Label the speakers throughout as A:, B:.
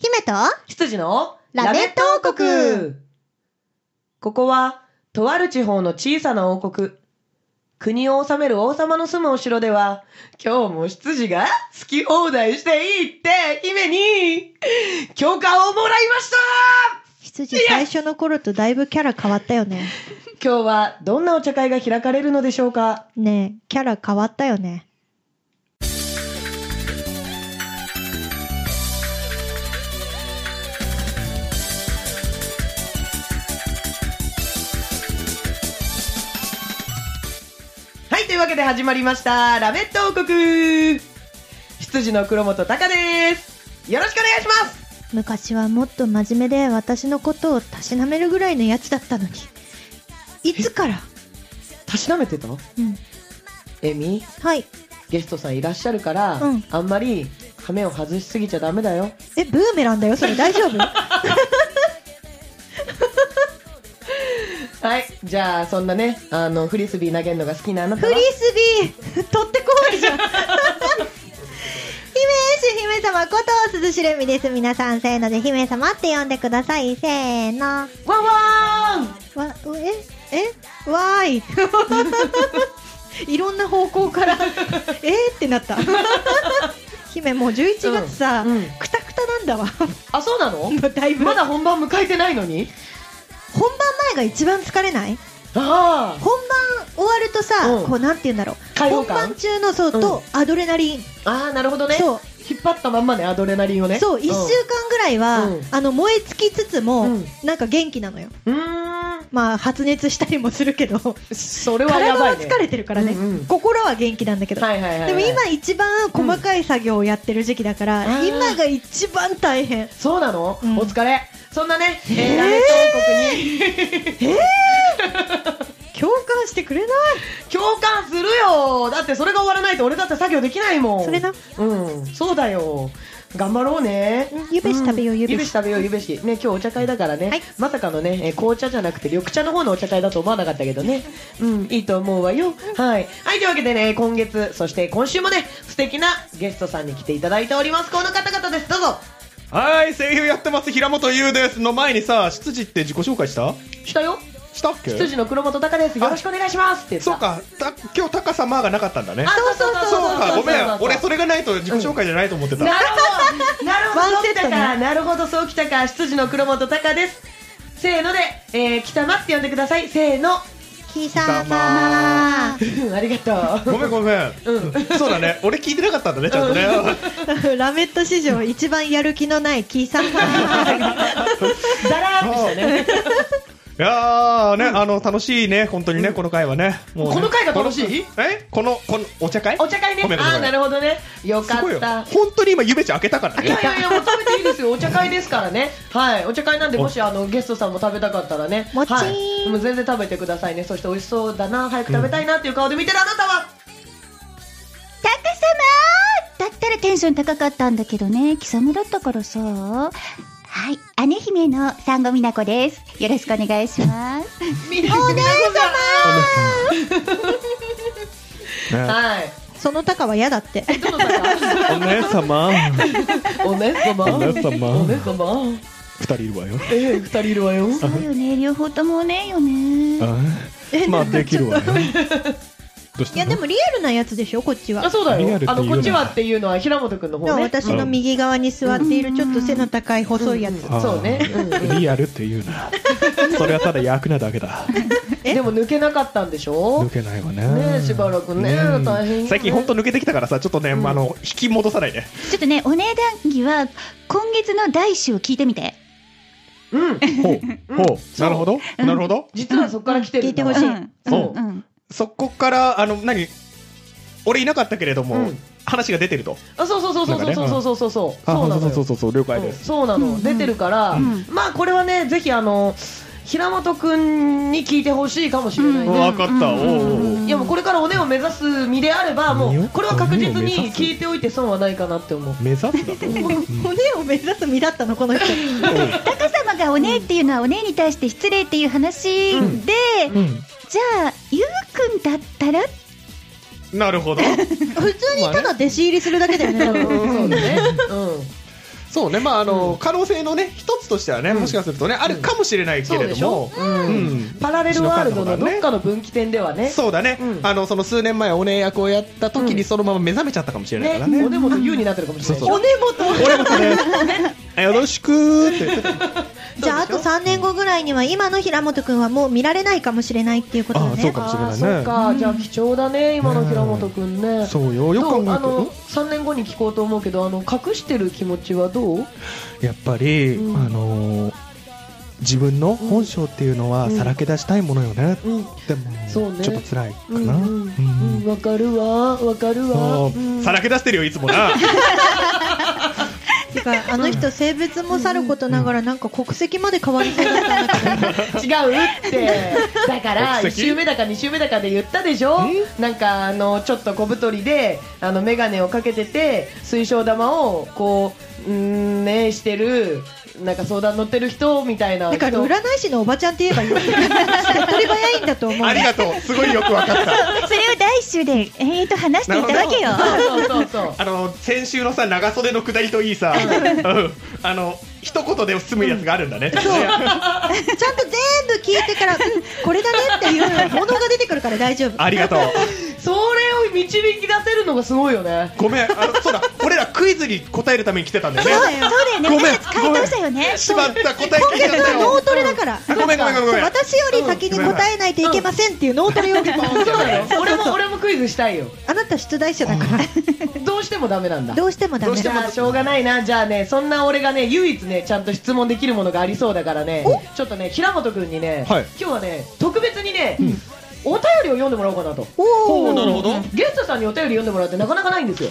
A: 姫と
B: 羊の
A: ラメット王国
B: ここは、とある地方の小さな王国。国を治める王様の住むお城では、今日も羊が好き放題していいって、姫に、許可をもらいました
A: 羊最初の頃とだいぶキャラ変わったよね。
B: 今日は、どんなお茶会が開かれるのでしょうか
A: ねえ、キャラ変わったよね。
B: はい、というわけで始まりました、ラメット王国羊の黒本隆ですよろしくお願いします
A: 昔はもっと真面目で私のことをたしなめるぐらいのやつだったのに。いつから
B: たしなめてた
A: うん。
B: エミ
A: はい。
B: ゲストさんいらっしゃるから、
A: うん
B: あんまりハメを外しすぎちゃダメだよ
A: え、ブーメランだよ、それ 大丈夫
B: はいじゃあそんなねあのフリスビー投げるのが好きなあなた
A: フ
B: は
A: リスビー取ってこいじゃん 姫主姫様こと鈴しれみです皆さんせーので姫様って呼んでくださいせーの
B: ワンワン
A: わええわーいい ろんな方向からえーってなった 姫もう11月さ、
B: うんうん
A: くたくたなんだわ
B: あそうなの
A: もうだいぶ
B: ま
A: 本
B: だ本番迎えてないのに
A: 番前が一番疲れない
B: あ
A: 本番終わるとさ、
B: うん
A: こうなんて言うんだろう
B: 解放
A: 本
B: 感
A: 番中のそう、
B: うん
A: とアドレナリン
B: あああなるほどね
A: そう
B: 引っ張ったまんまねアドレナリンをね
A: そう、1週間ぐらいは、
B: うん
A: あの燃え尽きつつも、
B: うん
A: なんか元気なのよ、
B: うんうーん
A: まあ、発熱したりもするけど、
B: それは
A: 体
B: やば
A: はい
B: ね
A: 疲れてるからね、
B: うんうん
A: 心は元気なんだけど、
B: はいはいはいはい
A: でも今、一番細かい作業をやってる時期だから、
B: うん
A: 今が一番大変、
B: そうなの、
A: うん
B: お疲れそんなね、え
A: えー
B: ー、ラネット王国に
A: 共感してくれない、
B: 共感するよだってそれが終わらないと俺だって作業できないもん
A: それな
B: うんそうだよ頑張ろうね
A: うんゆべし食べよう
B: うん
A: ゆべし
B: 食べようゆべしね今日お茶会だからね、
A: はい
B: まさかのねえー紅茶じゃなくて緑茶の方のお茶会だと思わなかったけどねうんいいと思うわよはいはいというわけでね今月そして今週もね素敵なゲストさんに来ていただいておりますこの方々ですどうぞ
C: はーい、声優やってます、平本優ですの前にさ、執事って自己紹介した
B: したよ
C: したっけ
B: 羊の黒本隆ですよろしくお願いしますって言った
C: そうか、た今日高さまがなかったんだね
B: あ。そうそうそう
C: そうか、ごめ
B: そう
C: ん
B: そう、そう
C: 俺それがないと自己紹介じゃないと思ってた。
B: なるほど、なるほど、
A: ワン
B: そう
A: セ
B: き
A: ット
B: た
A: ね
B: か、なるほど、そうきたか、羊の黒本隆です。せーので、えー、北間って呼んでください。せーの。
A: 貴
C: 様
A: 様、
B: うんありが とう。
C: ごめんごめん、
B: う
C: そうだね、俺聞いてなかったんだね、ちゃんとね。
A: ラメット史上、一番やる気のない貴様、
B: だらーっとしたね。
C: いやーね、あの、楽しいね、本当にね、この回はね。もうね
B: この回が楽しい
C: このえこの、この、お茶会
B: お茶会ね。
C: ごめんごめん
B: あー、なるほどね。よか
C: すごい
B: っ
C: よ。
B: た
C: 本。当に今、ゆべちゃん開けたから
B: い や
C: ね
B: い。やいや、もう食べていいですよ。お茶会ですからね。はい。お茶会なんで、もしあの、ゲストさんも食べたかったらね。
A: もちーん
B: はい。もう全然食べてくださいね。そして美味しそうだな、早く食べたいなっていう顔で見てるあなたは、
D: タカ様だったらテンション高かったんだけどね、貴様だったからさ。はい、姉姫の産後美奈子です。よろしくお願いします。
B: みなお姉
C: ね
B: はい。
A: その高は嫌だって、
B: どの方
C: お姉様、
B: お姉様。
C: お姉様
B: お姉様。
C: 二人いるわよ。
B: ええ、二人いるわよ。
D: そうよね、両方ともねえよね。
C: うんまあ、できるわよ。どうしたの
A: いや、でもリアルなやつでしょ、こっちは
B: あ、。そうだ
C: リア
B: よ
C: ルっ。て
B: あ
C: いうの
B: の、
C: は
B: こっちはっていうのは平本くんの方ね。
A: 私の右側に座っているちょっと背の高い細いやつ、
B: うんそうねうんうん
C: リアルっていうなそれはただ役なだけだ
B: でも抜けなかったんでしょ
C: 抜けないわね
B: ねえしばらくね
C: うん
B: 大変よね
C: 最近本当抜けてきたからさちょっとね、
B: ん
C: あの引き戻 さないで
D: ちょっとね、お値段儀は今月の大子を聞いてみて。
B: うん。
C: ほうほ
B: そ
C: う
B: う
C: なるほどなるほど
B: 実はそこから来てるんだ
A: 聞いてほ
D: う
A: しい
D: ん。
C: そう
D: うん。
C: そこからあの何俺いなかったけれども、
B: うん
C: 話が出てると
B: あ、そうそうそうそうそうそうそうそうそう。そうなのよ。
C: そうそうそう了解
B: うん
C: です、、
B: そうな
D: うんう
B: の。
D: ん
B: 出てるから
D: ん、
B: まあこれはね、ぜひあの、平本くんに聞いてほしいかもしれないう
D: う
B: ね。
D: ん
C: 分かった、
D: うん
C: おうおうおう
B: いやもうこれからおねを目指す身であれば、も
C: 身を
B: う、これは確実
C: おねを目
B: に
C: 指す
B: 聞いておいて損はないかなって思う。
C: 目指すだと
A: 骨を目指す身だったのこの人
D: タカ様がおねえっていうのはおねえに対して失礼っていう話で、
C: うん
D: じゃあ、ゆうくんだったらっ
C: なるほ ど。
A: 普通にただ弟子入りするだけだよね多分
B: そうだね。
C: そうね、まあ、あの、
B: うん
C: 可能性のね、一つとしてはね、
B: うん
C: もしかするとね、あるかもしれないけれども。
B: うん。うん。パラレルワールドのどっかの分岐点ではね。
C: そうだね、
B: うん
C: あの、その数年前、お姉役をやった時
B: うん
C: に、そのまま目覚めちゃったかもしれない
B: ね
C: からね。
B: おでもと U になってるかもしれない。
C: そうそう
B: でもと。
C: 俺もね、よろしくーって。
A: じゃああと3年後ぐらいには今の平本君はもう見られないかもしれないっていうことだ
C: あそう
A: ね
C: かもしれないね
B: あーそっか。じゃあ貴重だね今の平本くんね。
C: そうよ、よく
B: ど
C: 考
B: うあ
C: え
B: の
C: る
B: 3年後に聞こうと思うけどあの隠してる気持ちはどう
C: と、やっぱり、
B: うん
C: あのー自分の本性っていうのは
B: うん
C: さらけ出したいものよね。
B: うん
C: でも、
B: そうね
C: ちょっと辛いか
B: うん
C: な。
B: うんうんわかるわわかるわ
C: そうさらけ出してるよいつも な
A: てかあの人性別もさることながらなんか国籍まで変わりそうだったんだけど
B: 違う ってだから1
C: 国籍
B: 週目だか2週目だかで言ったでしょなんかあのちょっと小太りであの眼鏡をかけてて水晶玉をこううーんねしてるなんか相談乗ってる人みたいな
A: だから
B: 人
A: 占い師のおばちゃんって言えばいい手っ取り早いんだと思う
C: ありがとうすごいよくわかった
D: それを第一週で永遠と話していたわけよ。
B: そうそうそう
C: あの先週のさ長袖の下りといいさ、うん、あの一言で済むやつがあるんだね。
A: ちゃんと全部聞いてから、うんこれだねっていうものが出てくるから大丈夫。
C: ありがとう。
B: それを導き出せるのがすごいよね
C: ごめん。あのそうだ。俺らクイズに答えるために来てたんだ
D: そう
C: よ
D: だ
C: ね。
D: よね。
C: ごめん
D: 私たち回答したよね。
C: しまった答え聞いちゃ
A: 今
C: っ
A: 回
C: た
A: は脳
C: よ。
A: トレだから。
C: あごめんごめんごめんごめん。
A: 私より先に答えないといけませんっていう脳トレを
B: そうだよ 俺も俺もクイズしたいよ
A: あなた出題者だから
B: どうしてもダメなんだ
A: どうしてもダメ
B: じゃあしょうがないなじゃあねそんな俺がね唯一ねちゃんと質問できるものがありそうだからねちょっとね平本君にね、
C: はい
B: 今日はね特別にね、お便りを読んでもらおうかなと
A: おお
C: なるほど
B: ゲストさんにお便り読んでもらうってなかなかないんですよ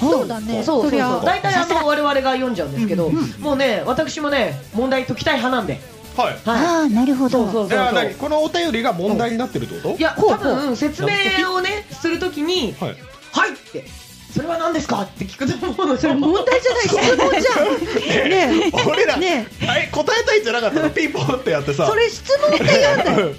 A: そうだね
B: そうそうそう
A: りゃ
B: 大体あの我々が読んじゃうんですけど、もうね私もね問題解きたい派なんで
C: はい。
B: はい
D: ああ、なるほ
B: そう
D: ど。
B: そうそう
C: じゃあ
B: そう
C: 何このお便りが問題になってるってこと？
B: いや
A: ほう
B: 多分説明をねするときに「
C: はい。
B: はい」って「それは何ですか?」って聞くと思うの
A: それ問題じゃない質問じゃんねえ
C: 俺ら、
A: ね
C: あれ答えたいんじゃなかったの？ピンポンってやってさ。
A: それ質問って言うんだよ
C: うん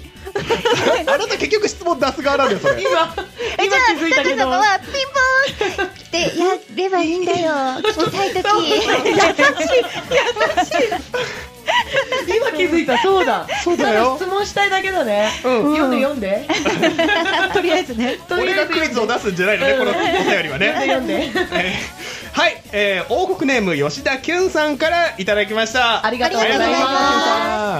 C: あなた結局質問出す側なんだよそれ。
B: 今
D: えじゃ
B: 今気づいた
D: あ、タ
B: け
D: ク
B: ど
D: 様はピンポーンってやればいいんだよ。おたいとき。
B: 今気づいたそうだ
C: そうだよ
B: た質問したいだけだね、
C: うん
B: 読んで読んで
A: とりあえずね
B: とりあ
C: 俺
B: え
C: が
B: ず
C: クイズを出すんじゃないのね、このお便りはね。
B: 読んで
C: えーはい、えー、王国ネーム吉田きゅんさんからいただきました。
B: ありがとうございます
A: ありがとうご
C: ざい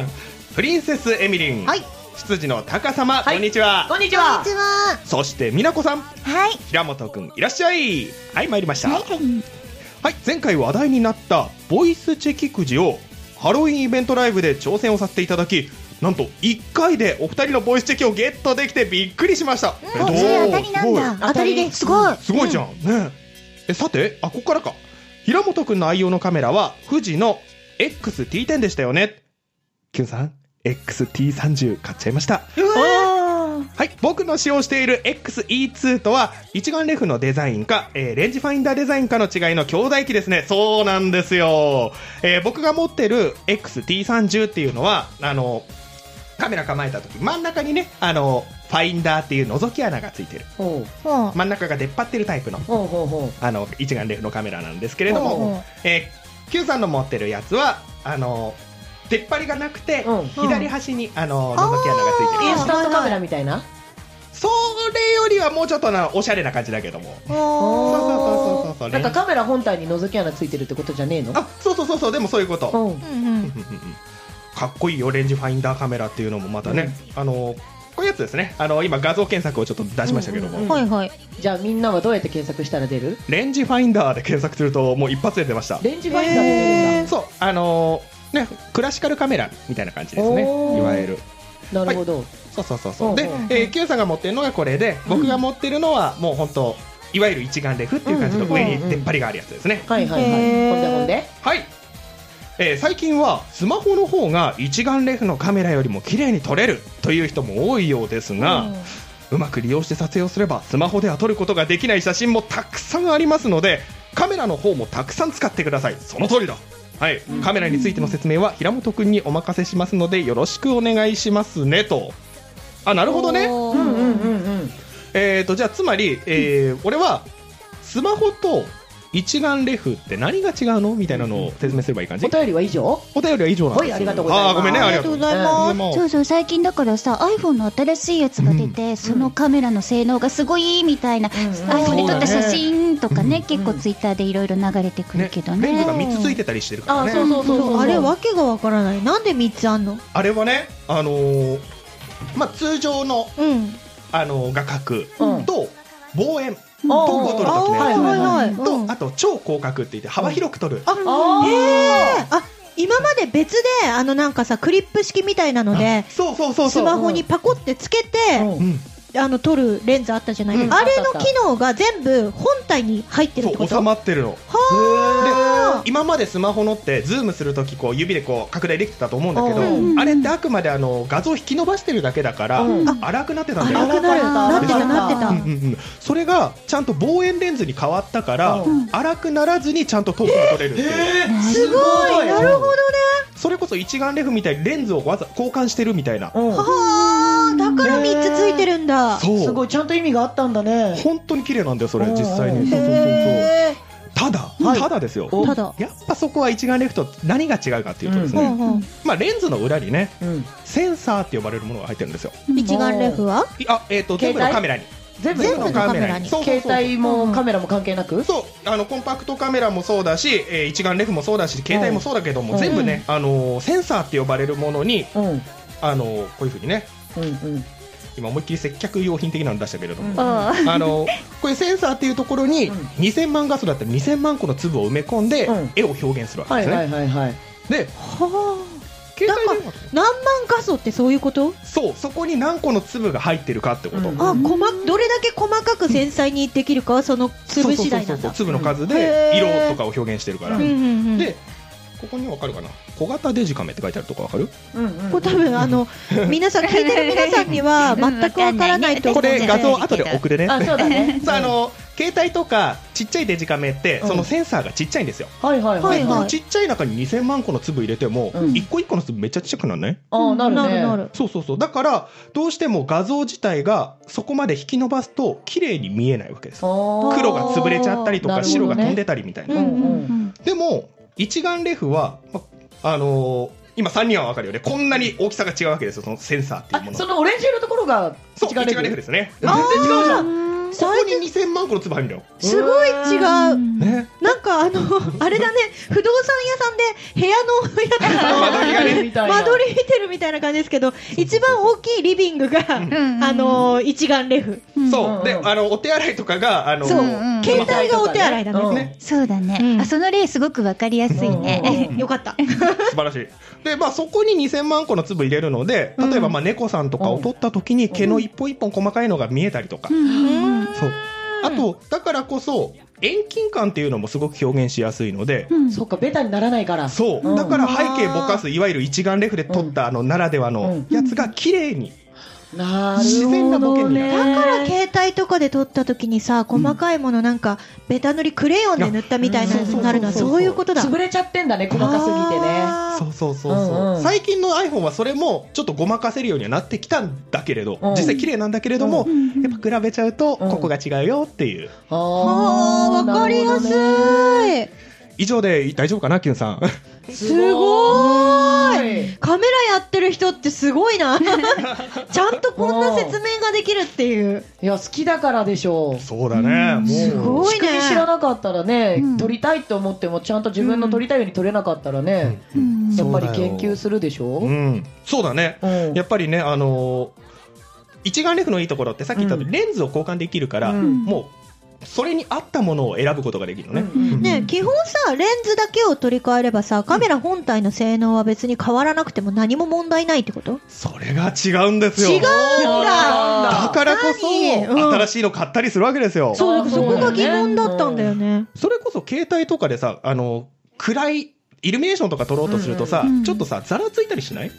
C: ます。プリンセスエミリン、
A: はい
C: 執事のタカ様、
B: はい
C: こんにちは。
B: こんにち
A: こ
B: は
A: んにちは
C: そして美奈子さん、
D: はい。
C: 平本くんいらっしゃい。はい、参りました。
D: は
C: はいい、
D: はい。
C: 前回話題になったボイスチェキくじをハロウィンイベントライブで挑戦をさせていただき、なんと1回でお二人のボイスチェキをゲットできてびっくりしました。
D: お、そ
C: えっと
D: れ当たりな
C: す
D: ん
C: ごい
D: だ。
B: 当たりですごい
C: すごいじゃん、ねえさてあここからか平本くんの愛用のカメラは富士の XT10 でしたよねキュンさん XT30 買っちゃいましたはい僕の使用している XE2 とは一眼レフのデザインか、えーレンジファインダーデザインかの違いの兄弟機ですねそうなんですよ、えー僕が持ってる XT30 っていうのはあのカメラ構えた時真ん中にねあのファインダーっていう覗き穴がついてる
B: ほう
A: ほう
C: 真ん中が出っ張ってるタイプの
B: ほうほうほ
C: あの一眼レフのカメラなんですけれど
B: ほう
C: も、えー、Q さんの持ってるやつはあの出っ張りがなくて、
B: うん
C: 左端にあの覗き穴がついて
B: う
C: る
B: イ
C: や
B: ン
C: つ
B: スタントカメラみたいな
C: それよりはもうちょっとなおしゃれな感じだけども
A: ほう
C: そうそうそうそうそう
B: なんかカメラ本体に覗き穴ついてるってことじゃねえの
C: あそうそうそうそうでもそういうこと
B: うん
A: うんうん
C: うんうんうんかっこいいよレンジファインダーカメラっていうのもまたね、あのこういうやつですねあの今画像検索をちょっと出しましたけど
B: う
C: も、
B: んうんうん
A: はいはい
B: じゃあみんなはどうやって検索したら出る
C: レンジファインダーで検索するともう一発で出ました
B: レンジファインダーで出るんだ
C: そうあのねクラシカルカメラみたいな感じですね
B: おー
C: いわゆる
B: なるほど、
C: そうそうそうそう。で
B: うんうんうん、
C: えー、Q さんが持ってるのがこれで、僕が持ってるのはもう本当いわゆる一眼レフっていう感じの
B: うんうんう
C: 上
B: んうん
C: に出っ張りがあるやつですね。
B: はいはいはい
A: へー
B: ほんでほんで
C: はい。えー最近はスマホの方が一眼レフのカメラよりも綺麗に撮れるという人も多いようですが、うまく利用して撮影をすればスマホでは撮ることができない写真もたくさんありますのでカメラの方もたくさん使ってくださいその通りだはい、カメラについての説明は平本くんにお任せしますのでよろしくお願いしますねとあなるほどね
B: うんうんうんうん
C: えっ、と、じゃあ、つまり、えー俺は、スマホと一眼レフって何が違うのみたいなのを説明すればいい感じ
B: お便りは以上
C: お便りは以上なんで
B: は
C: す
B: いありがとうございます
C: あーごめんね、ありがとうございま
D: そ
C: す。
D: うそう最近だからさ iPhone の新しいやつが出て、そのカメラの性能がすごいみたいな、
B: んうん
D: iPhone で撮った写真とかね、
C: うん
D: 結構ツイッターでいろいろ流れてくるけどね
C: レンズが3つついてたりしてるからね。
B: あそうそうそうそう
A: あれわけがわからないなんで3つあんの
C: あれはね、あのーまあ、通常の、
A: うん
C: あのー画角
B: うん
C: と望遠
D: うん
C: どこを撮る
A: あ
C: ときね
A: ーはいはいはい、
C: と、
A: うん
C: あと超広角って言って幅広く撮る、
A: あ
B: あー
A: へえあ今まで別であのなんかさクリップ式みたいなので
C: そうそうそう
A: ス
C: そう
A: マホにパコってつけて、
C: うん、
A: あの撮るレンズあったじゃない、
C: うん
A: あれの機能が全部本体に入ってるって
C: そ
A: こ
C: う
A: と
C: 収まってるの
A: は
C: 今までスマホのってズームするときこう指でこう拡大できてたと思うんだけど、
D: うん
C: あれってあくまであの画像を引き伸ばしてるだけだから、
B: うん
D: あ
C: 荒くなってた
A: あ
C: んだよ
A: 荒くなるな
B: 荒
A: って
B: くな
A: た
B: る
A: なってた、
C: うんうんうん、それがちゃんと望遠レンズに変わったから、
B: うん
C: 荒くならずにちゃんと遠くに撮れるっていう、
A: すごいなるほどね
C: それこそ一眼レフみたいにレンズをわざ交換してるみたいな、
B: うん
A: はあだから3つついてるんだ、
C: そう
B: すごいちゃんと意味があったんだね
C: 本当に綺麗なんだよそれ
B: うん
C: 実際にそうそうそうそう
A: へえ
C: ただ、
B: はい
C: ただですよ
B: お
A: ただ
C: やっぱそこは一眼レフと何が違うかっていうとです
A: う
C: ね、
A: んうん
C: まあ、レンズの裏にね
B: うん
C: センサーって呼ばれるものが入ってるんですよ
A: 一眼レフは、
C: いあえっ、と
B: 携帯
C: 全部のカメラに
B: 全部
A: 全部のカメラに
C: そうそうそう
B: 携帯もカメラも関係なく
C: そうあのコンパクトカメラもそうだし、えー一眼レフもそうだし携帯もそうだけども、
B: うん
C: 全部ね、あのーセンサーって呼ばれるものに、
B: うんうん
C: あのーこういうふうにね
B: うん
C: 今思いっきり接客用品的なの出したけれども、
B: うん
D: あー
C: あのーこういうセンサーっていうところに、
B: うん
C: 2000万画素だったら2000万個の粒を埋め込んで、
B: うん
C: 絵を表現するわけ
B: は
C: で
B: い
C: すね、
B: はいはいはい
C: で
A: は
C: 携帯電話と
A: あ何万画素ってそういうこと、
C: そうそこに何個の粒が入ってるかってこと、
B: うん
A: あ細どれだけ細かく繊細にできるかはその粒次第なん
C: そうそうそう
A: だ
C: そう粒の数
A: うんへ
C: で
A: ー
C: 色とかを表現してるから、
A: うんうんうん
C: でここにわかるかな小型デジカメって書いてあるとこわかる
B: うんうん
A: これ多分あの皆さん聞いてる皆さんに は全くわからないと思
C: こ
A: うので
C: れ画像後で送るね
B: あそうだね
C: そうあの携帯とかちっちゃいデジカメって
B: うん
C: そのセンサーがちっちゃいんですよ、
B: はいはいは
A: はいい
C: でこ
A: はい
C: のちっちゃい中に2000万個の粒入れても、
B: うん
C: 一個一個の粒めっちゃちっちゃくなるね
B: あーなるね
A: なるなる
C: そうそうそうだからどうしても画像自体がそこまで引き伸ばすと綺麗に見えないわけです
B: あー
C: 黒が潰れちゃったりと
B: な
C: か
B: るほど
C: 白
B: ね
C: が飛んでたりみたいな、
A: うんうん
C: でも一眼レフは、まあのー今3人は分かるよねこんなに大きさが違うわけですよそのセンサーっていう
B: あ
C: もの
B: そのオレンジ色のところが
C: そう
B: 一
C: 一
B: 眼
C: 眼
B: レ
C: レ
B: フ
C: フですね
B: 全然違うじゃん
A: うん
C: ここに2000万個の粒入るのよ、
A: すごい違う
C: ね、
A: なんか あのあれだね不動産屋さんで部屋のや
C: 間取りがね
B: み
A: つ
B: たいな
A: 間取り見てるみたいな感じですけど一番大きいリビングが
C: ん
A: あの一眼レフ
D: うん
C: そう、
B: うん
C: であのお手洗いとかがあの
A: そう
D: うん
A: 携帯がお手洗いだね
B: うん
D: そうだね、
A: うん
D: あその例すごくわかりやすいね、
B: うん
A: よかった
C: 素晴らしいで、まあ、そこに2000万個の粒入れるので例えばまあ猫さんとかを撮った時に毛の一本一本細かいのが見えたりとか、
D: うんうん
C: そうあとだからこそ遠近感っていうのもすごく表現しやすいので、
D: うん
B: そっかベタにならないから
C: そううんだから背景ぼかすいわゆる一眼レフで撮ったあのならではのやつが綺麗に
B: なるほどね
C: 自然なボケになる
A: だから携帯とかで撮った時にさ細かいものなんかベタ塗りクレヨンで塗ったみたいなのになるのは
C: うんそう
A: そ
C: そうそうそう
A: ういうことだ
B: 潰れちゃってんだね細かすぎてね
A: あー
C: そうそうそうそう、
B: うんうん
C: 最近の iPhone はそれもちょっとごまかせるようにはなってきたんだけれど、
B: うん
C: 実際綺麗なんだけれども、
D: うん
C: やっぱ比べちゃうと
B: うん
C: ここが違うよっていう、
A: あーわかりやすい
C: 以上で大丈夫かなキュンさん
B: い
A: すごーいカメラやってる人ってすごい なちゃんとこんな説明ができるっていう
B: いや好きだからでしょう
C: そうだね、もう
A: すごいね
B: 仕組み知らなかったらね、
D: うん
B: 撮りたいと思ってもちゃんと自分の撮りたいように撮れなかったらね、
D: うん
B: や
C: そ
B: っ
C: う
B: ぱ
C: だよ
B: り研究するでしょ
C: う、ん、そうだね
B: うん
C: やっぱりねあのー一眼レフのいいところってさっき言った通り、
B: うん
C: レンズを交換できるから、
B: うん
C: もうそれに合ったものを選ぶことができるのね、
B: うんうん
A: ね基本さレンズだけを取り替えればさカメラ本体の性能は別に変わらなくても何も問題ないってこと
C: それが違うんですよ
A: 違うんだ
C: だからこそ、
A: 何うん
C: 新しいの買ったりするわけですよ
A: そうだからそこ
B: そうだよ
A: が
B: ね
A: 疑問だったんだよね
C: それこそ携帯とかでさあの暗いイルミネーションとか撮ろうとするとさ、
D: うんうんうん
C: ちょっとさざらついたりしない、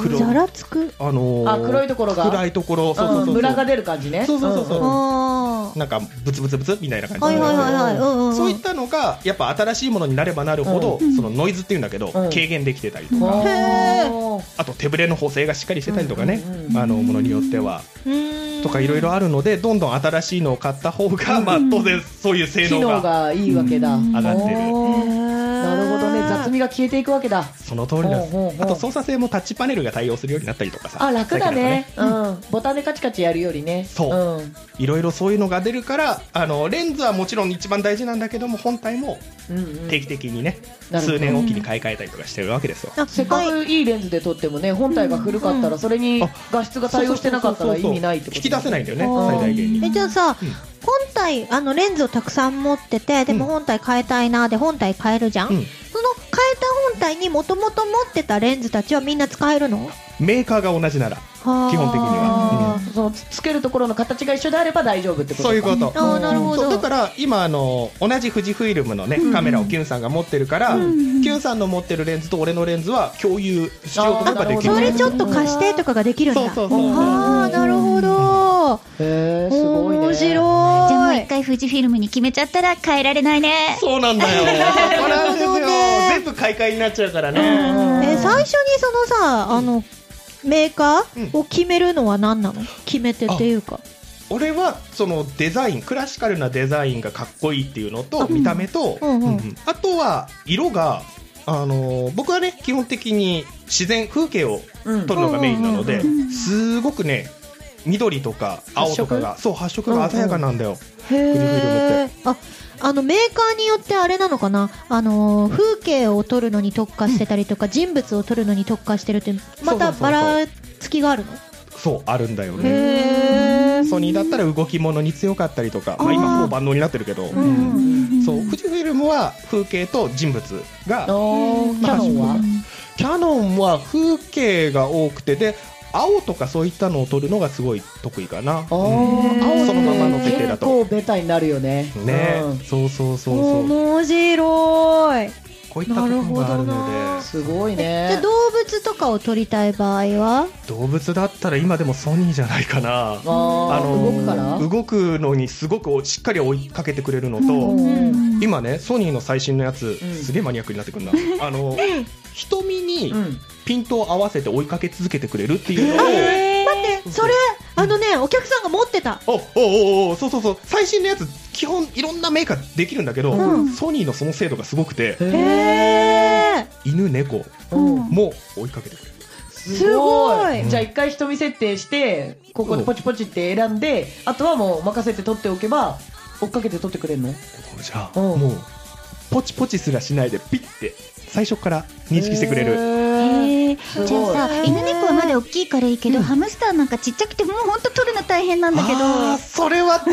C: 黒
A: ざらつく
C: あのー
B: あ黒いところが
C: 暗いところそうそうそうそう
B: うんムラが出る感じね
C: そうそうそうそうん
B: ん
A: あ
C: なんかブツブツブツみたいな感
A: あは
C: じ
A: い
C: で、
A: はいはいはいうんうんん
C: そういったのがやっぱ新しいものになればなるほど、
D: うん
C: そのノイズっていうんだけど、
B: うん
C: 軽減できてたりとか、
B: あ
A: へ
B: ー
C: あと手ぶれの補正がしっかりしてたりとかね、
B: うんうんうん
C: あのものによっては
A: うーん
C: とかいろいろあるのでどんどん新しいのを買った方が、まあ、当然そういう性
B: 機
C: 能
B: 能
C: が
B: がいいわけだ。
D: うん
C: 上がってる
B: おーなるほどね、雑味が消えていくわけだ。
C: その通りなんです
B: ほうほうほう
C: あと操作性もタッチパネルが対応するようになったりとかさ
B: あ、楽だね。
C: 最近なんか
B: うん。ボタンでカチカチやるよりね。。
C: そういろいろそういうのが出るからあのレンズはもちろん一番大事なんだけども本体も
B: うん。うんうん
C: 定期的にね、
B: なるほど
C: 数年おきに買い替えたりとかしてるわけですよ、
A: あ
B: せっか
A: はい
B: くいいレンズで撮ってもね、本体が古かった
A: うんう
B: ら、それに
C: あ
B: 画質が対応してなかったら意味ないってこと。
C: 引き出せないいんだよね
B: あー
C: 最大限に
A: えじゃあさ、
C: うん
A: 本体あのレンズをたくさん持っててでも
C: うん
A: 本体変えたいなで本体変えるじゃん、
C: うん
A: その変えた本体にもともと持ってたレンズたちはみんな使えるの
C: メーカーが同じなら基本的には
A: あー
B: そのつつけるところの形が一緒であれば大丈夫ってことか
C: そういうこと
A: あーなるほ
C: そう
A: ど
C: だから今あの同じ富士フイルムのね
D: うん
C: カメラをキュンさんが持ってるから、
D: うん
C: キュンさんの持ってるレンズと俺のレンズは共有しようと思えばできる
A: それちょっと貸してとかができるんだ
C: そうそうそう
A: ああなるほど
B: へえ、すごいね。
A: 面
D: じゃあも
A: 白
D: う
A: い
D: 一回富士フィルムに決めちゃったら変えられないね。
C: そうなんだよそうなんですよ
A: なるほどね
C: 全部買い替えになっちゃうからね、
B: うん
A: え最初にそのさあのメーカーを決めるのは何なの決め手っていうか
C: 俺はそのデザインクラシカルなデザインがかっこいいっていうの
A: あ
C: と見た目と、
A: うんうんうん
C: あとは色が、あのー僕はね基本的に自然風景を
B: うん
C: 撮るのがメインなので、
D: うんうんうんうん
C: すごくね緑とか青とかがそう発色が鮮やかなんだよ、
A: へえああのメーカーによってあれなのかなあのー風景を撮るのに特化してたりとか、人物を撮るのに特化してるってまた
C: そうそうそうそう
A: ばらつきがあるの
C: そうあるんだよね
A: へえ
C: ソニーだったら動き物に強かったりとか、ま
A: あ
C: あ、
A: ー
C: 今もう万能になってるけど、
A: んうん
C: そう富士フイルムは風景と人物が
B: おーキャノンは
C: キャノンは風景が多くてで青とかそういったのを撮るのがすごい得意か
B: あ
C: な、うん
B: ー青
C: そのままの設定だと
B: 結構ベタになるよね。
C: ね、
B: うん
C: そうそうそうそう
A: 面白い
C: こういったところがあ
A: なるほど
C: るの
A: な
B: すごい
A: じゃあ
B: ね。
A: 動物とかを撮りたい場合は
C: で動物だったら今でもソニーじゃないかな
B: あ
C: あ
B: の
C: の
B: 動くから。
C: 動くのにすごくしっかり追いかけてくれるのと、
D: うんうん
C: 今ねソニーの最新のやつ、
B: うん
C: すげえマニアックになってくるなあの 瞳に
B: うん。
C: ピントを合わせて追いかけ続けてくれるっていうのを、
B: えー
A: 待ってそれあのねお客さんが持ってた
C: おおおおそうそうそう最新のやつ基本いろんなメーカーできるんだけど、
A: うん
C: ソニーのその精度がすごくて
A: へえ
C: 犬猫
B: うん
C: も追いかけてくれる
B: す
A: すご
B: ご
A: い
B: いじゃあ一回瞳設定してここでポチポチって選んであとはもう任せて取っておけば追っかけて取ってくれるの
C: これじゃあ
B: うん
C: もうポチポチすらしないでピッて最初から認識してくれ
B: へ
C: る
B: ー
D: へえ
B: すごい
D: じゃあさ犬猫はまだ大きいからいいけど、
C: うん
D: ハムスターなんかちっちゃくてもうほんと取るの大変なんだけど
C: あーそれはど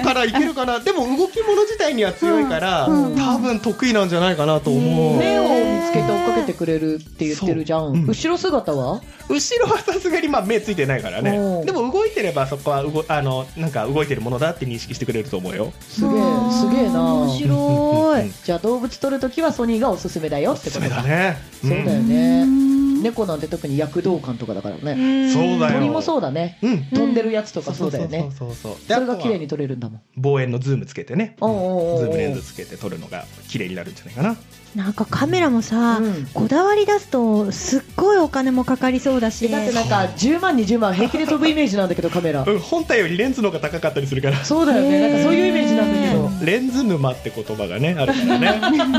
C: うからいけるかなでも動き物自体には強いから、
D: うんうん
C: 多分得意なんじゃないかなと思う、
B: 目を見つけて追っかけてくれるって言ってるじゃん、
C: そううん
B: 後ろ姿は
C: 後ろはさすがにまあ目ついてないから
B: お
C: ね
B: う
C: でも動いてればそこはうごあのなんか動いてるものだって認識してくれると思うよ
B: すげえすげえな
A: 面白
C: うんうんうん
A: い
B: じゃあ動物撮るときはソニーがおすすめだよって
C: そ
B: こ
C: れ
B: と
C: だ
B: だ
C: ね
B: そうだよ
D: う
B: ね
D: ん
B: 猫なんて特に躍動感とかだからね
C: うんそうだよ
B: 鳥もそうだね
C: うん
A: うん
B: 飛んでるやつとかそうだよね
C: そうそうそうそうで
B: そ
C: あ
B: れ
C: とは
B: が綺麗に撮れるんだもん
C: 望遠のズームつけてね、
B: おうおうおう
C: ズームレンズつけて撮るのが綺麗になるんじゃないかな
A: なんかカメラもさ、
B: うん
A: こだわり出すとすっごいお金もかかりそうだし
B: えだってなんか10万20万平気で飛ぶイメージなんだけどカメラ
C: うん本体よりレンズの方が高かったりするから
B: そうだよねなんかそういうイメージなんだけど
C: レンズ沼って言葉がねあるから ね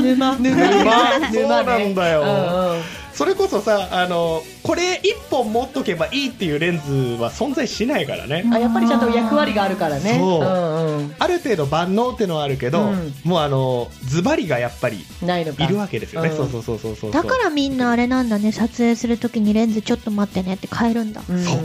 B: 沼
C: 沼 そ
B: 沼
C: う
B: ね
C: なんだよ、
B: うんうん
C: それこそさあのこれ一本持っとけばいいっていうレンズは存在しないからね、
B: あやっぱりちゃんと役割があるからね
C: そうん
B: うん
C: ある程度万能ってのはあるけど、
B: うん
C: もうあのズバリがやっぱり
B: ないのか
C: いるわけですよね、
B: うん
C: そうそうそうそうそう
A: だからみんなあれなんだね撮影するときにレンズちょっと待ってねって変えるんだ
B: うん
C: そう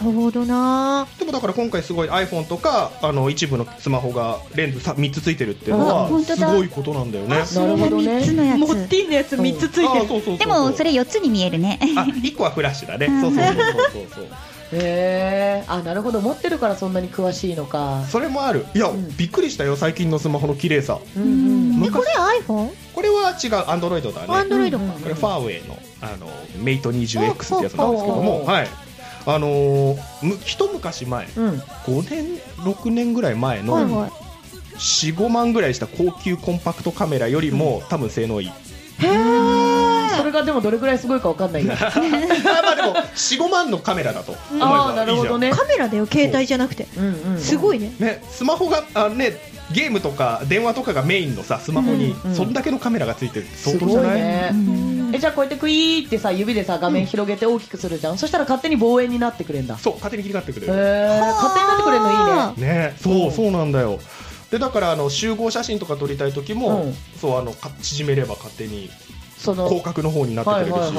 A: なるほどな
C: でもだから今回すごい iPhone とかあの一部のスマホがレンズさ3つついてるっていうの
B: あ
C: は
D: 本当
C: す
D: だ
C: ごいことなんだよね。
B: なるほどね
D: 3つのや
A: モッ
D: つ
A: ティのやつ3つついて
C: あ
A: る、
C: そうそうそうそう
D: でもそれ4つに見えるね
C: あ1個はフラッシュだね。そうそうそうそうそう
B: へえあなるほど持ってるからそんなに詳しいのか
C: それもある。いや、
B: ん
C: びっくりしたよ最近のスマホの綺麗さ。
B: うんうん
A: えこれ iPhone?
C: これは違う Android だね。
A: アンドロイド
B: う
A: か
B: ん
C: これファーウェイのあの Mate20X ってやつなんですけど
B: おうおうおう
C: も、はい。あのーむ一昔前
B: うん
C: 5年6年ぐらい前
A: はい
C: の
A: は
C: 45万ぐらいした高級コンパクトカメラよりも多分性能いい
A: いへえ
B: それがでもどれくらいすごいかわかんないよあ
C: まあでも45万のカメラだと思え
B: あーな
C: ば
B: る
C: いいじ
B: ほ
C: ゃ
B: ど
C: ん
B: ね
A: カメラだよ携帯じゃなくて
B: うんうん
A: すごいね
C: ね、スマホがあねゲームとか電話とかがメインのさスマホに
B: うん
C: そんだけのカメラがついてるって
B: す
C: 相当じゃ
B: ごい
C: ない
B: ねえじゃあこうやってクイーってさ指でさ画面広げて大きくするじゃん、そしたら勝手に望遠になってくれんだへ
C: そう勝手に切り替わってくれ
B: え
C: る、
B: 勝手になってくれるのいいね
C: ねそう、
B: うん
C: そうなんだよでだからあの集合写真とか撮りたい時も、
B: うん
C: そうあのか縮めれば勝手に
B: その
C: 広角の方になってくれるし、
A: あー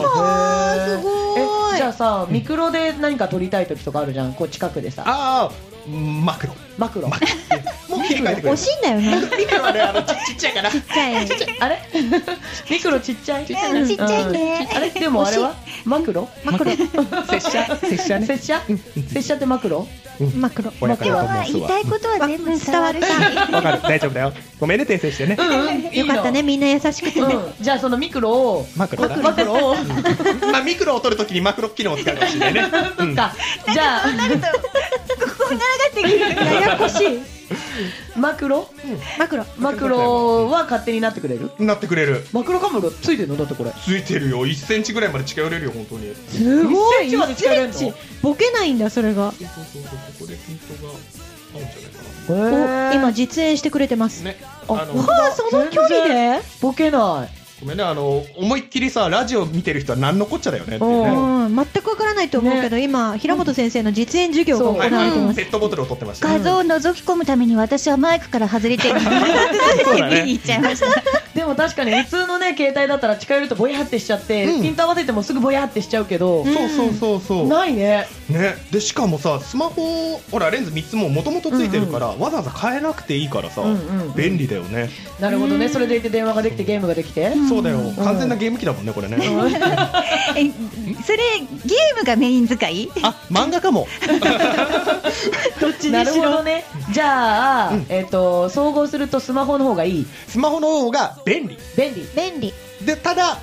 A: す
B: はい
A: ご
B: え
A: い
B: じゃあさミクロで何か撮りたい時とかあるじゃんこう近くでさ
C: ああマクロ
B: マクロ
C: マクロもう切り替えてくれ
A: 惜
C: る
A: しいんだよね
C: ミクロはねあのちちっちゃいから
A: ちっちゃい
B: あれ ミクロちっちゃいちっ
D: ちゃいねうんちっちゃいね
B: あれでもあれはマクロ
A: マクロ
B: 拙者拙者ね拙者拙者ってマクロ
A: マクロ
C: 親
D: で
C: 方
D: も
C: が
D: まあ
C: 申す
D: 言い
C: わ
D: たいことは全部伝わるし
C: わかる大丈夫だよごめんね訂正してね、
A: よかったねみんな優しくてね
B: うんじゃあそのミクロを
C: マクロだ
B: マクロを
C: まあミクロを撮るときにマクロ機能を使うかもしれない ね、うん
B: かじゃあ
A: ややこしい
B: マクロ
A: マクロ
B: マクロは勝手になってくれる
C: なってくれる
B: マクロカメラついてるのだってこれ
C: ついてるよ1センチぐらいまで近寄れるよ本当に
A: すごい
B: 1センチまで近寄れんの
A: 1センチボケないんだそれが
C: そうそうそうそうここでピントが合うんじゃないか
A: お
B: お
A: 今実演してくれてます
C: なね
B: あ
C: あの
A: はあその距離で
B: ボケない
C: ごめんねあの思いっきりさラジオ見てる人は何のこっちゃだよねって
A: う
B: 全
C: ね
A: ん全くわからないと思うけど今平本先生の実演授業が行わ
C: はい
A: れて
C: はい
A: ます
C: ペットボトルを取ってました
D: 画像を覗き込むために私はマイクから外れて
C: そうだ
D: 見に
C: ね
D: 行っちゃいました
B: でも確かに普通のね携帯だったら近寄るとぼやってしちゃって、ピント合わせてもすぐぼやってしちゃうけど、
C: そうそうそうそう
B: ないね
C: ねでしかもさスマホほらレンズ3つももともとついてるから、わざわざ変えなくていいからさ、
B: うんうんうん
C: 便利だよね、
B: なるほどねそれでいて電話ができてゲームができて、
C: そうだよ完全なゲーム機だもんねこれね、
D: えそれゲームがメイン使い
C: あ漫画かも
A: どっち
B: な
A: に
B: る
A: し
B: ほど
A: ろ
B: ねじゃあ、
C: うん
B: えっ、と総合するとスマホの方がいい
C: スマホの方が便利
B: 便利
A: 便利
C: でただ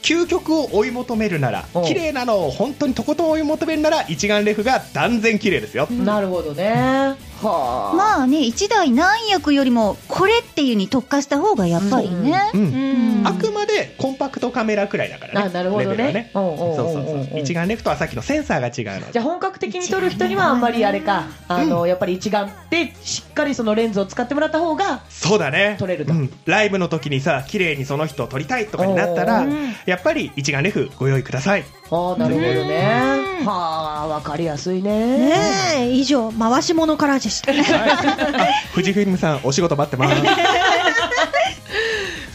C: 究極を追い求めるなら
B: うん
C: 綺麗なのを本当にとことん追い求めるなら一眼レフが断然綺麗ですよ、
B: なるほどねはあ、
D: まあね一台何役よりもこれっていうに特化した方がやっぱりね、
C: うん
A: うん
C: あくまでコンパクトカメラくらいだから
B: あ
C: ね
B: なるほど
C: レベルは
B: ねうんうんうんうん
C: そうそうそう一眼レフとはさっきのセンサーが違うの
B: じゃあ本格的に撮る人にはあんまりあれかあの、やっぱり一眼でしっかりそのレンズを使ってもらった方が
C: そうだね
B: 撮れると
C: うんライブの時にさ綺麗にその人を撮りたいとかになったら
B: お
C: やっぱり一眼レフご用意くだ さい
B: ああなるほどね
A: うん
B: はあわかりやすいね
A: ねえ以上回し物からでした
C: 富士フィルムさんお仕事待ってます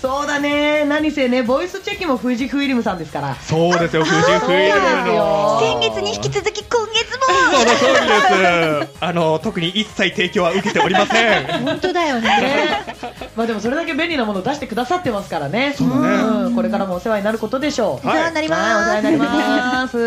B: そうだね何せねボイスチェキも富士フィルムさんですから
C: そうですよ富士フィルムの
B: そう
D: 先月に引き続き今月も
C: その通りですあの特に一切提供は受けておりません
A: 本当だよね
B: ね、まあでもそれだけ便利なものを出してくださってますからね
C: うだ
B: んこれからもお世話になることでしょう
A: お世話になり
B: はいお世話
A: ま
B: になり
A: す
B: ます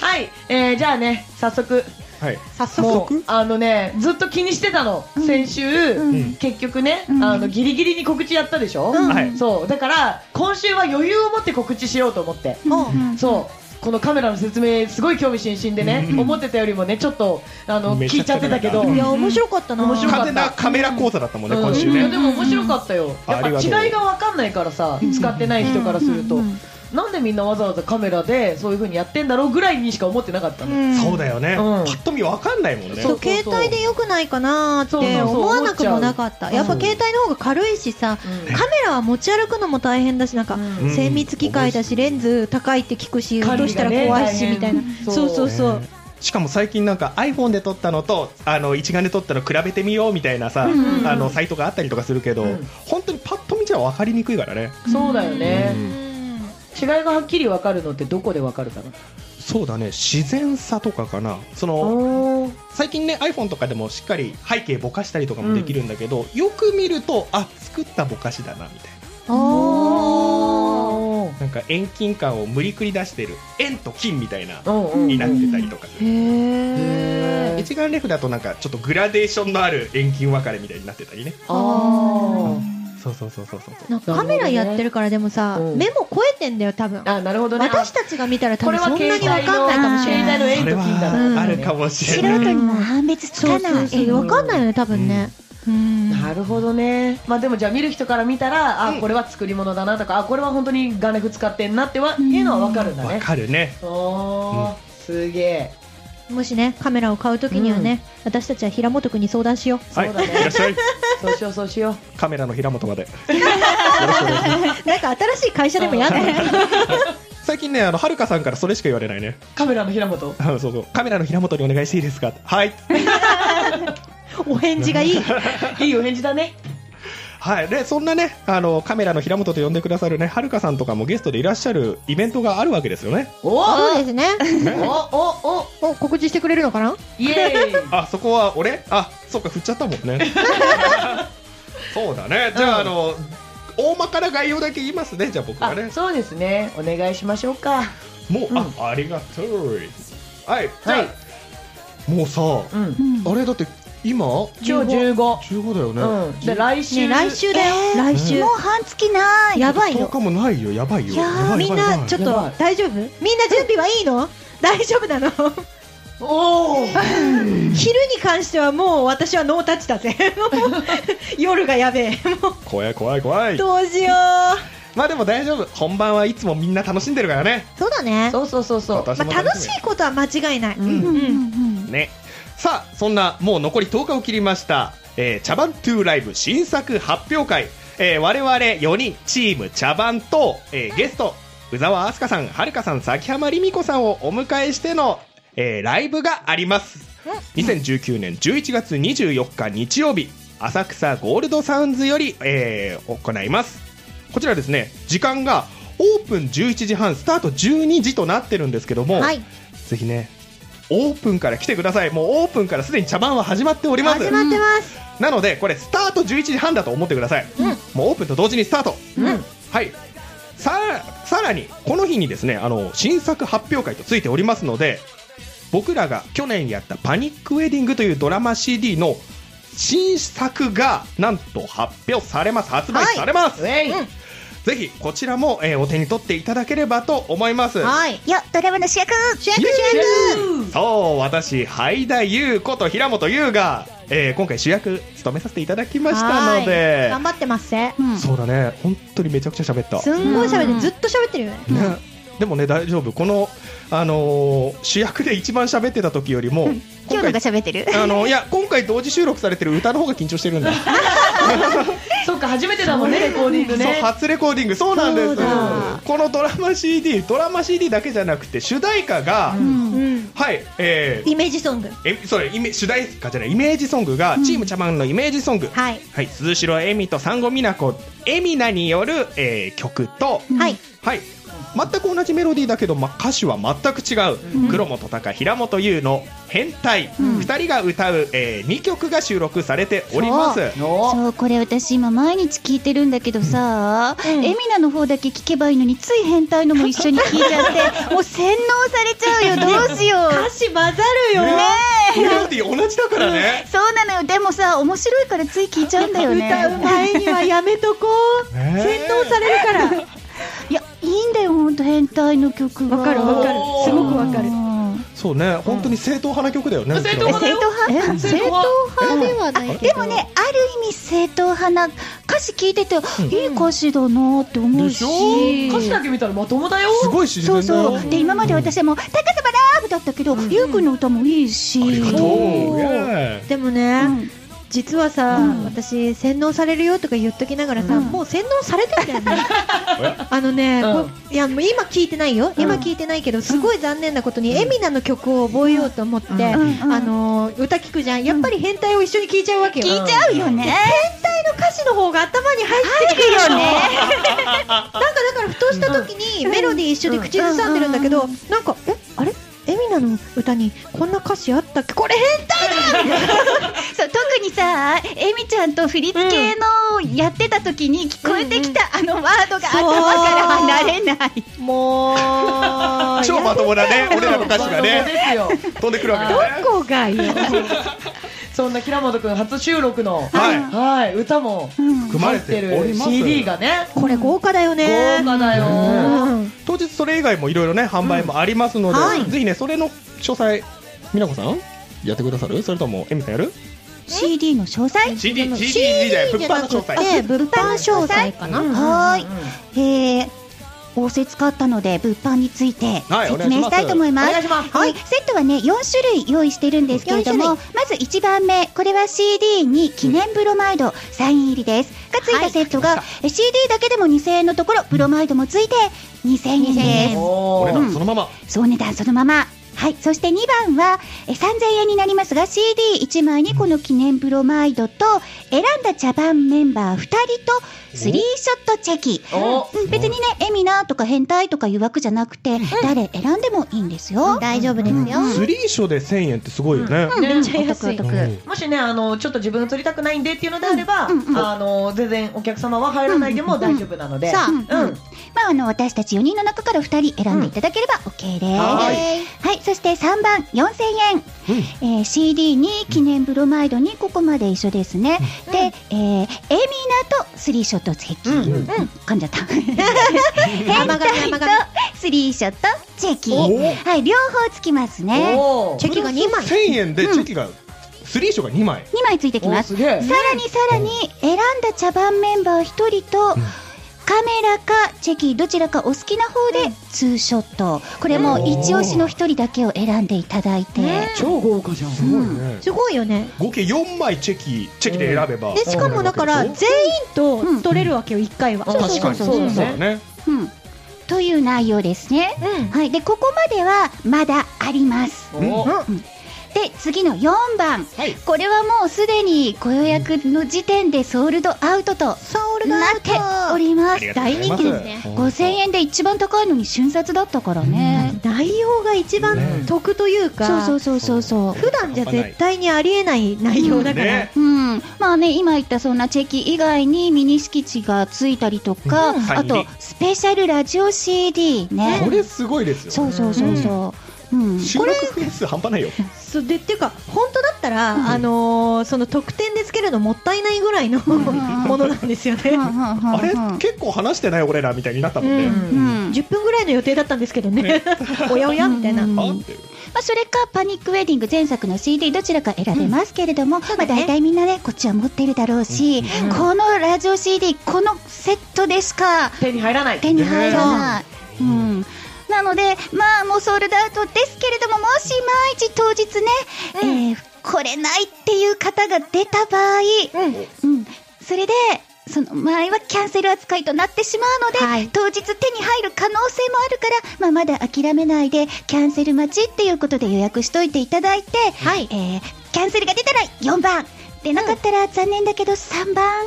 B: はい、えーじゃあね早速
C: はい
A: 早
B: もう
A: 速
B: あのねずっと気にしてたの、先週、
C: ん
B: 結局ね、あのギリギリに告知やったでしょ、
C: はい
B: そうだから今週は余裕を持って告知しようと思って、
A: うん
B: そうこのカメラの説明すごい興味津々でね、思ってたよりもねちょっとあの
C: め
B: 聞
C: ち
B: いち
C: ゃくち
B: ゃ
C: ゃ
B: ってたけど、
C: うん
A: いや面白かったな
B: 面白かっ
C: 完全なカメラ講座だったもんね、今週
B: いや
C: ね
B: でも面白かったよ、
C: うん
B: やっ
C: ありがと
B: ぱ
C: う
B: 違いが分かんないからさ、使ってない人からすると、なんでみんなわざわざカメラでそういう風にやってんだろうぐらいにしか思ってなかったの、
A: うん
C: そうだよね、
B: うん
C: パッと見わかんないもんね
B: そ
A: そうう
B: そうそう
A: 携帯で良くないかなーって思わなくもなかった
B: そうそうそう
A: やっぱ携帯の方が軽いしさ、
B: うん
A: カメラは持ち歩くのも大変だしなんか、
B: うん
A: 精密機械だしレンズ高いって聞くし落としたら怖いし
B: 軽い
A: み
B: が
A: たいな
B: ね大変
A: そうそうそう、
C: ねしかも最近なんか iPhone で撮ったのとあの一眼で撮ったの比べてみようみたいなさ、
A: うん
C: あのサイトがあったりとかするけど、
B: うん
C: 本当にパッと見ちゃ分かりにくいからね
B: そうだよね、
C: うん
B: 違いがはっきり分かるのってどこで分かるかな
C: そうだね自然さとかかなその
B: お
C: 最近ね iPhone とかでもしっかり背景ぼかしたりとかもできるんだけど、よく見るとあ作ったぼかしだなみたいな
A: あ
B: お
C: なんか遠近感を無理くり出してる円と金みたいな
B: うん
C: になってたりとかする
A: ーへえ
C: 一眼レフだとなんかちょっとグラデーションのある遠近分かれみたいになってたりね
B: あ
C: そうそうそうそうそうそう
A: なんかカメラやってるからでもさ、
B: うん
A: 目も超えてんだよ多分
B: ーあなるほどね
A: 私たちが見たら多
B: これ
A: 分そ
B: は
A: ん
B: 携
A: な
B: 帯
A: に
B: の
A: わかんないかもしれない
D: 携
C: それ
D: 帯の
C: はあるかもしれ
D: 素
C: ない
D: 人には判別つ
A: そ
D: か
A: うそう
D: ない
A: そうわかんないよね多分ね、うん
B: なるほどね。まあでもじゃあ見る人から見たら、
A: うん
B: あ、これは作り物だなとか、あ、これは本当にガネフ使ってんなっては、っていうのはわかるんだ
C: わ
B: ね。
C: かるね。
B: おー、すげえ。
A: もしねカメラを買うときにはね、私たちは平本君に相談しよう
B: そ
C: は
B: う
C: い。い
B: だね
C: らっしゃい。
B: そうしよう、そうしよう。
C: カメラの平本 まで。よろしくお願いします
A: なんか新しい会社でもやんない
C: 最近ね、あの、はるかさんからそれしか言われないね。
B: カメラの平本。
C: あのそうそう。カメラの平本にお願いしていいですかはい。
A: お返事がいい
B: いいお返事だね。
C: はい。で、そんなね、あの、カメラの平本と呼んでくださるね、はるかさんとかもゲストでいらっしゃるイベントがあるわけですよね。
B: お
A: そ
B: ー
A: うですね
B: お おお
A: お告知してくれるのかな
B: イエーイ
C: あ、そこは俺あ、そうか、振っちゃったもんね。そうだね。じゃあ、
B: うん
C: あの、大まかな概要だけ言います ね、じゃあ僕は
B: あ
C: ね。
B: そうですねお願いしましょうか
C: もう、
B: うん
C: あ、ありがとう。はい。じゃあ、
B: はい
C: もうさ、
B: うん
D: うん
C: あれだって、今
B: 今日15
C: ?15 だよね。
B: うんで来
A: ね
B: 週
A: 来週だよ、
D: えー
A: 来週
D: もう半月ない
A: やばいよ
C: 10日もないよ、やばいよ。
D: いやー
C: ば
A: みん
C: やばい
A: なちょっ
B: やば
A: と
B: い
A: 大丈夫みんな準備はいいの大丈夫なの
B: おお
A: 昼に関してはもう私はノータッチだぜもう夜がやべえも
C: 怖い怖い怖
A: う
C: い。
A: どうしよ
C: まあでも大丈夫。本番はいつもみんな楽しんでるからね。
A: うそうだね
B: そうそうそうそう
C: 私
A: ま
C: も
A: あ、楽
C: し
A: し
C: み
A: いことは間違いない、
B: うん
D: うんうんうん
C: ね。さあ、そんな、もう残り10日を切りました、えー、茶番トゥーライブ新作発表会。えー、我々4人、チーム茶番と、えー、ゲスト、宇沢明日香さん、はるかさん、崎浜りみこさんをお迎えしての、えー、ライブがあります。2019年11月24日日曜日、浅草ゴールドサウンズより、えー、行います。こちらですね、時間がオープン11時半、スタート12時となってるんですけども、
A: はい
C: ぜひね、オープンから来てください。もうオープンからすでに茶番は始まっております
A: 始。まってます、
C: なので、これスタート11時半だと思ってください。
A: うん
C: もうオープンと同時にスタート。
B: うん
C: はい。ささらに、この日にですね、あの、新作発表会とついておりますので、僕らが去年やったパニックウェディングというドラマ CD の新作が、なんと発表されます。発売
A: はい
C: されます。
B: ウェイ
A: うん
C: ぜひ、こちらも、えーお手に取っていただければと思います。
A: はい
D: よドラマの主役主役
C: そう私灰田優子と平本優が、えー今回主役務めさせていただきましたの
A: はい
C: で
A: 頑張ってますせ
D: うん
C: そうだね本当にめちゃくちゃ喋った、
A: すんごい喋って
D: う
A: る
D: ん
A: ずっと喋ってるよね
C: ねでもね大丈夫この、あのー主役で一番喋ってた時よりも、
D: 今
C: 今
D: 日の
C: 回
D: が喋ってる
C: あのいや今回同時収録されてる歌の方が緊張してるんだ、
B: そうか初めてだもんねレコーディング
C: そう
B: ね
C: 初レコーディングそうなんです
A: そうだ
C: このドラマ CD ドラマ CD だけじゃなくて主題歌が、
B: う
D: うん
A: ん
C: はいえー
A: イメージソング
C: えそれイメ主題歌じゃないイメージソングが、チーム茶番のイメージソング、
A: はい
C: はい、鈴代恵美と産後美奈子恵美奈による、えー曲と、
A: はい
C: はい、全く同じメロディーだけど、ま、歌詞は全く違う、
D: うん
C: 黒本隆平本優の「変態」
D: うん
C: 2人が歌う、え2曲が収録されております
B: お
D: そうこれ私今毎日聞いてるんだけどさ、
A: うん
D: エミナの方だけ聞けばいいのについ変態のも一緒に聞いちゃってもう洗脳されちゃうよどうしよ
A: 歌
D: う
A: 詞混ざるよ
D: ね
C: メロディー同じだから
D: え
C: ね、
D: そうなのよでもさ面白いからつい聞いちゃうんだよね
A: 歌う前にはやめとこ う
C: ねえ
A: 洗脳されるから
D: いやいいんだよほんと変態の曲が
A: わかるわかるすごくわかる
D: うん
C: そうね本当に正統派な曲だよね、
B: うん正統
D: え
B: 派
D: 正統派
B: え
A: 正統派ではないけ
D: で
A: ど
D: もねある意味正統派な歌詞聞いてて、いい歌詞だなって思うし
C: でしょ
B: 歌詞だけ見たらまともだよ
C: すごい自
D: そ
C: 然
D: う
C: だよ
D: そうで今まで私はもう「高さばラーブ」だったけど、ゆうくんの歌もいいし
C: ありがと
A: おー
C: う、イエーイ
A: でもね、
D: うん
A: 実はさ、
D: うん
A: 私洗脳されるよとか言っときながらさ、
D: うん
A: もう洗脳されてんだよねあのね、
B: うん
A: こういやもう今聞いてないよ、
B: うん
A: 今聞いてないけどすごい残念なことに、エミナの曲を覚えようと思って、
D: んうん
A: あのー歌聞くじゃんやっぱり変態を一緒に聞いちゃうわけよ、
D: 聞いちゃうよね
A: 変態の歌詞の方が頭に入ってきてるよね なんかだからふとした時にメロディー一緒で口ずさんでるんだけど、
D: うん
A: なんかえあれエミナの歌にこんな歌詞あったっけこれ変態
D: そう特にさえみちゃんと振り付けのやってた時に聞こえてきたあのワードが頭から離れない
A: もう
C: 超まともだね俺らの歌詞が
B: まとも
C: ね
B: ですよ
C: 飛んでくるわけだね
A: どこがよ
B: そんな平本くん初収録の
C: はい
B: はい歌も
C: 組まれております
B: CD がね
A: これ豪華だよ
B: 豪
A: ね
B: 華だよ
A: うん
C: 当日それ以外もいろいろね販売もありますので、
A: うんはい
C: ぜひねそれの詳細美奈子さんやってくださるそれともエミさんやる
D: CD の詳細
C: CD、
A: も
C: CD じゃない、物販
A: なく
C: の詳細。
A: て
D: え
A: 物販詳細かな、
B: うん
D: はーいえー、仰せ使ったので物販について
C: はいお願
D: 説
C: いし
D: 明
C: ます
D: したいと思い
B: お
D: ます。
B: 願いします。
D: はい、セットはね4種類用意してるんですけれども
A: 4
D: まず1番目これは CD に記念ブロマイドサイン入りですがついたセットが、え CD だけでも2000円のところブロマイドもついて2000円
A: 2000
D: で
A: 円
D: す
B: お
C: 俺
B: ー
C: らそのまま。
D: そう値段そのまま。はい。そして2番は、え3000円になりますが、CD1 枚にこの記念ブロマイドと、選んだ茶番メンバー2人と、スリーショットチェキ。
B: お
D: うん、別にね、エミナとか変態とかいう枠じゃなくて、誰選んでもいいんですよ。
A: 大丈夫ですよ、
C: スリーショで1000円ってすごいよね。
D: うん、
B: ね
D: めっちゃ安い。お
A: お
D: 得お
C: う
D: 得
C: ん
B: もしね、あの、ちょっと自分が撮りたくないんでっていうのであれば、
D: うんうんうん
B: あの、全然お客様は入らないでも大丈夫なので。
A: さあ
D: うん
B: うん。
D: まあ、あの、私たち4人の中から2人選んでいただければ OK です。
B: は
D: は
B: ーい
D: い。そして3番、4000円。
C: うん
D: えー CD に記念ブロマイドにここまで一緒ですね、
B: うん
D: で、えー、エミナとスリーショットチェキ、
B: うんうん
D: うん噛んじゃった変
A: 甘がみ
D: 態
A: 甘
D: と
A: が
D: スリーショットチェキ
C: お
D: はい両方つきますね
B: おー
A: チェキが2枚
C: 1000円でチェキが、スリーショが2枚。
D: 2枚ついてき
B: おー
D: ます
B: すげえ。
D: さらにさらに選んだ茶番メンバー1人と、
C: うん
D: カメラかチェキどちらかお好きな方でツーショットこれもう一押しの1人だけを選んでいただいて、
B: 超豪華じゃん。
C: すごいね。
A: すごいよね
C: 合計4枚チェキ、チェキで選べば。
A: でしかもだから全員と取れるわけよ1回は、
B: うん
C: 確かに
B: そうそうそう
C: そうだね。
D: うん、という内容ですね
A: うん
D: はい、でここまではまだあります。
B: おー
D: で次の4番、
C: はい
D: これはもうすでにご予約の時点でソールドアウトと
A: ソウル
D: な
A: が
D: っておりま
C: あ
D: す
C: りがとうご
A: 大
C: ざい
A: 人
C: ます
A: 気ですね
D: 5000円で一番高いのに瞬殺だったからね、
A: 内容が一
C: ね
A: 番得というか、
D: そうそうそうそうそう
A: 普段じゃ絶対にありえない内容だから、
C: ね
D: うん、まあね今言ったそんなチェキ以外にミニ敷地がついたりとか、
C: うん
D: あと
C: 入り
D: スペシャルラジオ CD ね
C: これすごいです
D: そ
C: よ。
D: うそうそうそう、うん
C: 収録分数半端ないよ。
A: そうでっていうか本当だったら、
D: うん
A: あのーその特典でつけるのもったいないぐらいの ものなんですよね、
D: あ
C: あれ結構話してない俺らみたいになったもんね。
D: うん
A: 10分ぐらいの予定だったんですけどね おやおやみたいな、
D: うん
C: あって。
D: まあ、それかパニックウェディング前作の CD どちらか選べますけれども、まあ、大体みんなねこっちは持ってるだろうし、
A: うん
D: このラジオ CD このセットでしか
B: 手に入らない。
D: 手に入らない、うん、なのでまあもうソールドアウトですけれどももし万一当日ね、えー来れないっていう方が出た場合、
A: うん
D: うん、それでその場合はキャンセル扱いとなってしまうので、
A: はい
D: 当日手に入る可能性もあるから、まあ、まだ諦めないでキャンセル待ちっていうことで予約しといていただいて、
A: はい
D: えーキャンセルが出たら4番出なかったら残念だけど3番、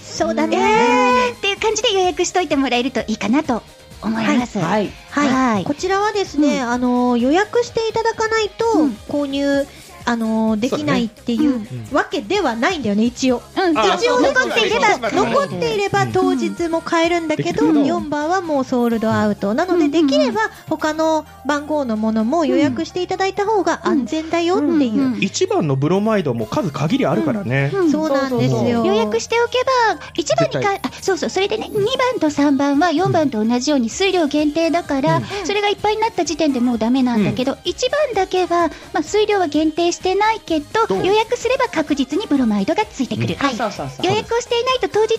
A: そう
D: だ
A: だ
D: ね
A: ね、
D: ーっていう感じで予約しといてもらえるといいかなと思います。、
B: はいい。
A: はい、
D: はい
A: こちらはですね、あのー予約していただかないと
D: うん
A: 購入、あのーできないっていう
D: そう
A: わけではないんだよね一応
D: うん、
C: あ
A: 一応
C: そう
A: 残っていれば
C: そうそう
A: 残っていれば
C: うん
A: 当日も買えるんだけど、
C: うん
A: 4番はもうソールドアウトなの
D: う
A: で
D: ん
A: できれば他の番号のものも予約していただいた方が安全だよっていう、
D: うん
C: 一番のブロマイドも数限りあるからね。
D: うん
A: そうなんですよ
D: 予約しておけば1番にかあそうそうそれでね2番と3番は4番と同じように数量限定だから、
C: うん
D: それがいっぱいになった時点でもうダメなんだけど、1番だけは、まあ、数量は限定してないけど
C: どう
D: 予約すれば確実にブロマイドがついてくる、
C: うん
D: はい、
B: そうそうそう。
D: 予約をしていないと当日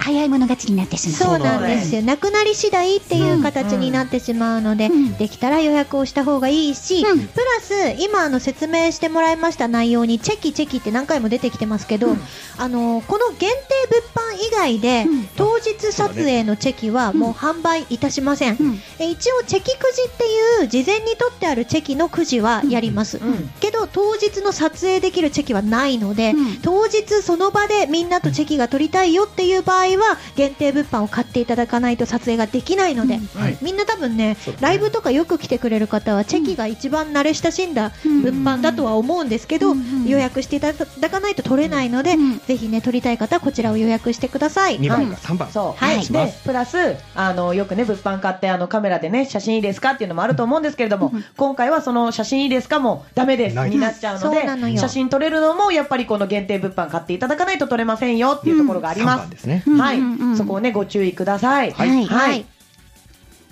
D: 早い者勝ちになってしま
A: そううなんですよなくなり次第っていう形になってしまうので、
D: うん
A: できたら予約をした方がいいし、
D: うん
A: プラス今あの説明してもらいました内容にチェキチェキって何回も出てきてますけど、あのこの限定物販以外で、
D: うん
A: 当日撮影のチェキはもう販売いたしません、
D: うん
A: え一応チェキくじっていう事前に取ってあるチェキのくじはやります、
B: うん
A: けど当日の撮影できるチェキはないので、
D: うん
A: 当日その場でみんなとチェキが取りたいよっていう場合は限定物販を買っていただかないと撮影ができないので、
D: うん
C: はい
A: みんな多分ね
C: そうだね
A: ライブとかよく来てくれる方はチェキが一番慣れ親しんだ
D: うん
A: 物販だとは思うんですけど、
D: うんうん
A: 予約していただかないと取れないので、
D: うん
A: ぜひね取りたい方はこちらを予約してください。
C: 2番か3番。
B: そう、
D: はい
C: しま
B: ですプラスあのよくね物販買ってあのカメラでね写真いいですかっていうのもあると思うんですけれども、
D: うん
B: 今回はその写真いいですかもダメです
C: ない
B: になっちゃうので
A: そうなのよ
B: 写真撮れるのもやっぱりこの限定物販買っていただかないと撮れませんよっていうところがあり
C: 3
B: ま
C: 番
B: す、
C: ですね。
D: うん
B: はい、
D: うんうん
B: そこをねご注意ください
D: はい
B: はい、
D: はい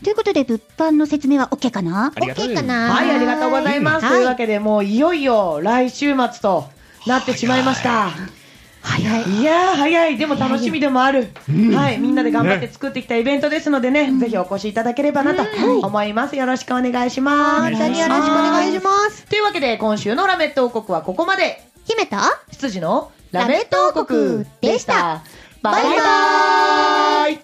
D: ということで物販の説明は OK かな
C: ありがとうございま
A: オッケ
C: す
A: ーかな
B: はいありがとうございます、
A: はい
B: というわけでもういよいよ来週末となってしまいました。
A: 早い
B: いやー早いでも楽しみでもある、はいみんなで頑張って作ってきたイベントですのでね、ぜひお越しいただければなと思います、よろしくお願いします
A: 本当によろしくお願いします
B: というわけで今週のラメット王国はここまで
D: 姫と
B: 羊のラメット王国でしたバイバーイ